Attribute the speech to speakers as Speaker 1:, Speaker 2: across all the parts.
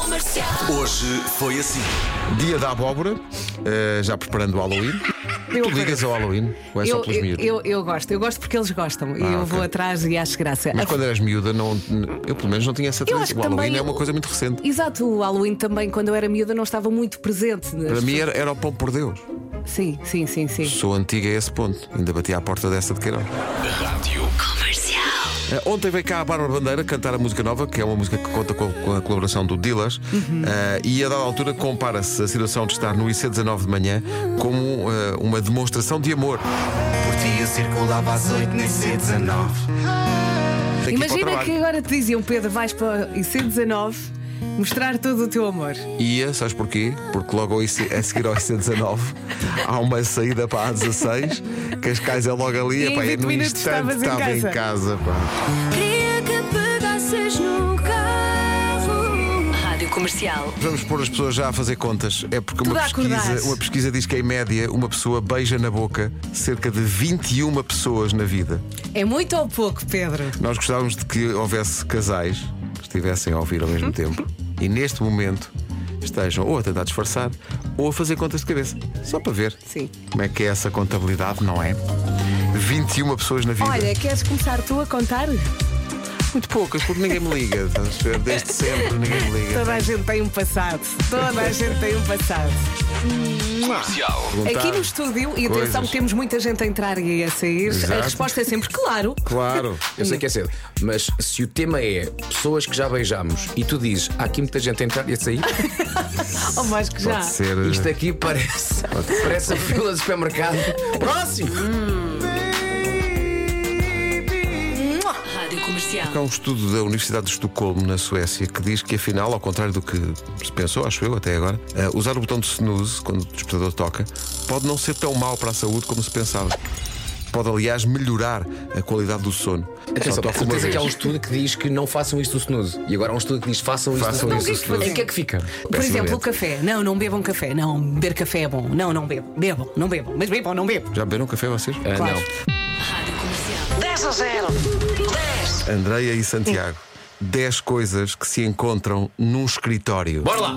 Speaker 1: Comercial.
Speaker 2: Hoje foi assim.
Speaker 3: Dia da abóbora, eh, já preparando o Halloween. tu ligas ao Halloween? Ou é só
Speaker 4: Eu,
Speaker 3: pelos
Speaker 4: eu,
Speaker 3: miúdos? Ah,
Speaker 4: eu, eu gosto, eu gosto porque eles gostam. e eu
Speaker 3: ok.
Speaker 4: vou atrás e acho graça.
Speaker 3: Mas
Speaker 4: A-
Speaker 3: quando eras miúda, não, n- eu pelo menos não tinha essa
Speaker 4: Eu
Speaker 3: tendência.
Speaker 4: acho
Speaker 3: O
Speaker 4: que
Speaker 3: Halloween
Speaker 4: também
Speaker 3: é uma
Speaker 4: o-
Speaker 3: coisa muito recente.
Speaker 4: Exato, o Halloween também, quando eu era miúda, não estava muito presente. nas-
Speaker 3: Para mim era, era o pão por Deus.
Speaker 4: Sim, sim, sim, sim.
Speaker 3: Sou antiga a esse ponto. Ainda bati à porta dessa de Queiroz. Eh, Ontem veio cá a Bárbara Bandeira cantar a música nova, que é uma música que conta com com a colaboração do Dillas,
Speaker 4: Uhum.
Speaker 3: eh, e a dada altura compara-se a situação de estar no IC19 de manhã como eh, uma demonstração de amor.
Speaker 2: Por ti eu circulava às 8 nem C19.
Speaker 3: Daqui para o
Speaker 4: Imagina
Speaker 3: trabalho.
Speaker 4: que agora te diziam, Pedro, vais para o IC19 mostrar todo o teu amor.
Speaker 3: Ia, sabes porquê? Porque logo ao IC, a seguir ao IC19 há uma saída para a A16, Cascais é logo ali,
Speaker 4: E em
Speaker 3: epá, e
Speaker 4: 20
Speaker 3: no
Speaker 4: minutos
Speaker 3: instante
Speaker 4: estavas em
Speaker 3: estava em
Speaker 4: casa.
Speaker 3: casa. pá.
Speaker 1: Queria que pegasses no carro.
Speaker 5: Rádio Comercial.
Speaker 3: Vamos pôr as pessoas já a fazer contas. É porque uma
Speaker 4: Tudo a
Speaker 3: pesquisa,
Speaker 4: acordar.
Speaker 3: uma pesquisa diz que, em média, uma pessoa beija na boca cerca de 21 pessoas na vida.
Speaker 4: É muito ou pouco, Pedro?
Speaker 3: Nós gostávamos de que houvesse casais que estivessem a ouvir ao mesmo tempo e neste momento estejam ou a tentar disfarçar ou a fazer contas de cabeça. Só para ver
Speaker 4: Sim.
Speaker 3: como é que é essa contabilidade, não é? 21 pessoas na vida.
Speaker 4: Olha, queres começar tu a contar?
Speaker 3: é Muito poucas, porque ninguém me liga. estás a ver? Desde sempre ninguém me liga.
Speaker 4: Toda a gente tem um passado. Toda a gente tem um passado.
Speaker 3: Perguntar-
Speaker 4: Aqui no estúdio, e atenção
Speaker 3: coisas.
Speaker 4: que temos muita gente a entrar e a sair,
Speaker 3: Exato.
Speaker 4: a resposta é sempre claro.
Speaker 3: Claro.
Speaker 6: Eu sei que é cedo, mas se o tema é pessoas que já beijamos e tu dizes há aqui muita gente a entrar e a sair,
Speaker 4: Ou mais que já.
Speaker 3: Pode ser.
Speaker 6: isto aqui parece, parece a fila de supermercado. Próximo!
Speaker 5: Rádio Comercial.
Speaker 3: Há um estudo da Universidade de Estocolmo, na Suécia, que diz que, afinal, ao contrário do que se pensou, acho eu até agora, eh, usar o botão de snooze, quando o despertador toca, pode não ser tão mau para a saúde como se pensava. Pode, aliás, melhorar a qualidade do sono. Só
Speaker 6: Atenção,
Speaker 3: toca uma
Speaker 6: certeza
Speaker 3: vez.
Speaker 6: que há um estudo que diz que não façam isto do snooze. E agora há um estudo que diz façam isto
Speaker 3: Façam
Speaker 6: do
Speaker 3: isso,
Speaker 6: snooze.
Speaker 3: snooze.
Speaker 6: Em que é que fica?
Speaker 4: Por
Speaker 3: Péssima
Speaker 4: exemplo, o
Speaker 3: ideia.
Speaker 4: café. Não, não bebam café. Não, beber café é bom. Não, não bebam. Bebam, não bebam. Mas bebam, não bebam.
Speaker 3: Já beberam café vocês?
Speaker 6: Ah,
Speaker 4: Claro.
Speaker 6: não.
Speaker 5: Rádio Comercial.
Speaker 3: Andreia e Santiago. 10 coisas que se encontram num escritório.
Speaker 6: Bora lá!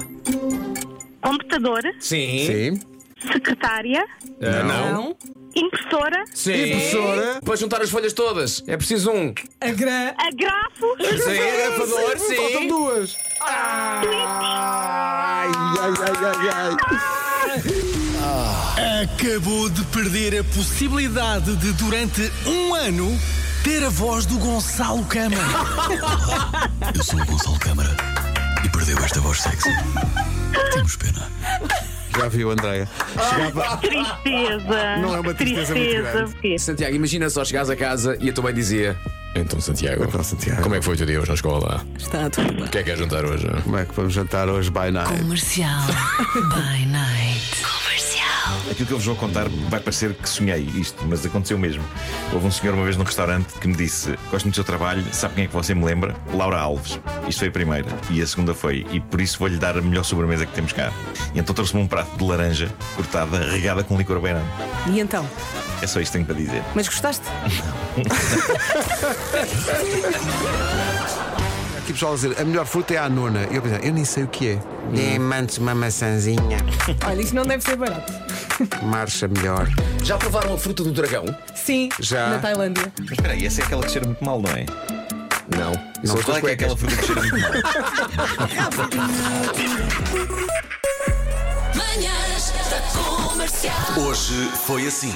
Speaker 7: Computador,
Speaker 6: Sim.
Speaker 3: Sim.
Speaker 7: secretária,
Speaker 6: Ah, não.
Speaker 4: Não.
Speaker 7: impressora,
Speaker 6: Sim.
Speaker 3: Impressora.
Speaker 6: Para juntar as folhas todas. É preciso um.
Speaker 4: A gra...
Speaker 7: agrafo,
Speaker 3: é
Speaker 6: Sim, gravador,
Speaker 3: Faltam
Speaker 6: sim.
Speaker 3: duas. Ai, ai, ai, ai, ai.
Speaker 8: Acabou de perder a possibilidade de, durante um ano, ter a voz do Gonçalo Câmara. Eu sou o Gonçalo Câmara e perdeu esta voz sexy. Temos pena.
Speaker 3: Já viu, Andreia? Chegava.
Speaker 7: tristeza.
Speaker 3: Não é uma tristeza muito grande.
Speaker 7: porque
Speaker 6: Santiago, imagina só chegares a casa e a tua mãe dizia. Então, Santiago,
Speaker 3: Então, Santiago.
Speaker 6: como é que foi o teu dia hoje na escola?
Speaker 4: Está tudo bem.
Speaker 6: O que é que é jantar hoje?
Speaker 3: Como é que vamos jantar hoje by night?
Speaker 5: Comercial. By night. Comercial.
Speaker 9: Aquilo que eu vos vou contar vai parecer que sonhei isto, mas aconteceu mesmo. Houve um senhor uma vez num restaurante que me disse: Gosto muito do seu trabalho, sabe quem é que você me lembra? Laura Alves. Isto foi a primeira. E a segunda foi: E por isso vou-lhe dar a melhor sobremesa que temos cá. E então trouxe-me um prato de laranja cortada, regada com licor beirão.
Speaker 4: E então?
Speaker 9: É só isto que tenho para dizer.
Speaker 4: Mas gostaste?
Speaker 3: Aqui o pessoal a dizer, a melhor fruta é a nona. Eu pensei, eu nem sei o que é. É, mantes uma maçãzinha,
Speaker 4: Olha, isso não deve ser barato.
Speaker 3: marcha melhor.
Speaker 6: Já provaram a fruta do dragão?
Speaker 4: Sim,
Speaker 3: Já.
Speaker 4: na Tailândia.
Speaker 9: Mas espera aí, essa é aquela que cheira muito mal, não é?
Speaker 6: Não.
Speaker 3: Não,
Speaker 6: São as
Speaker 3: qual
Speaker 6: tuas
Speaker 3: é que é
Speaker 6: cuecas.
Speaker 9: Aquela fruta que cheira muito mal.
Speaker 1: Manhãs da Comercial.
Speaker 2: Hoje foi assim.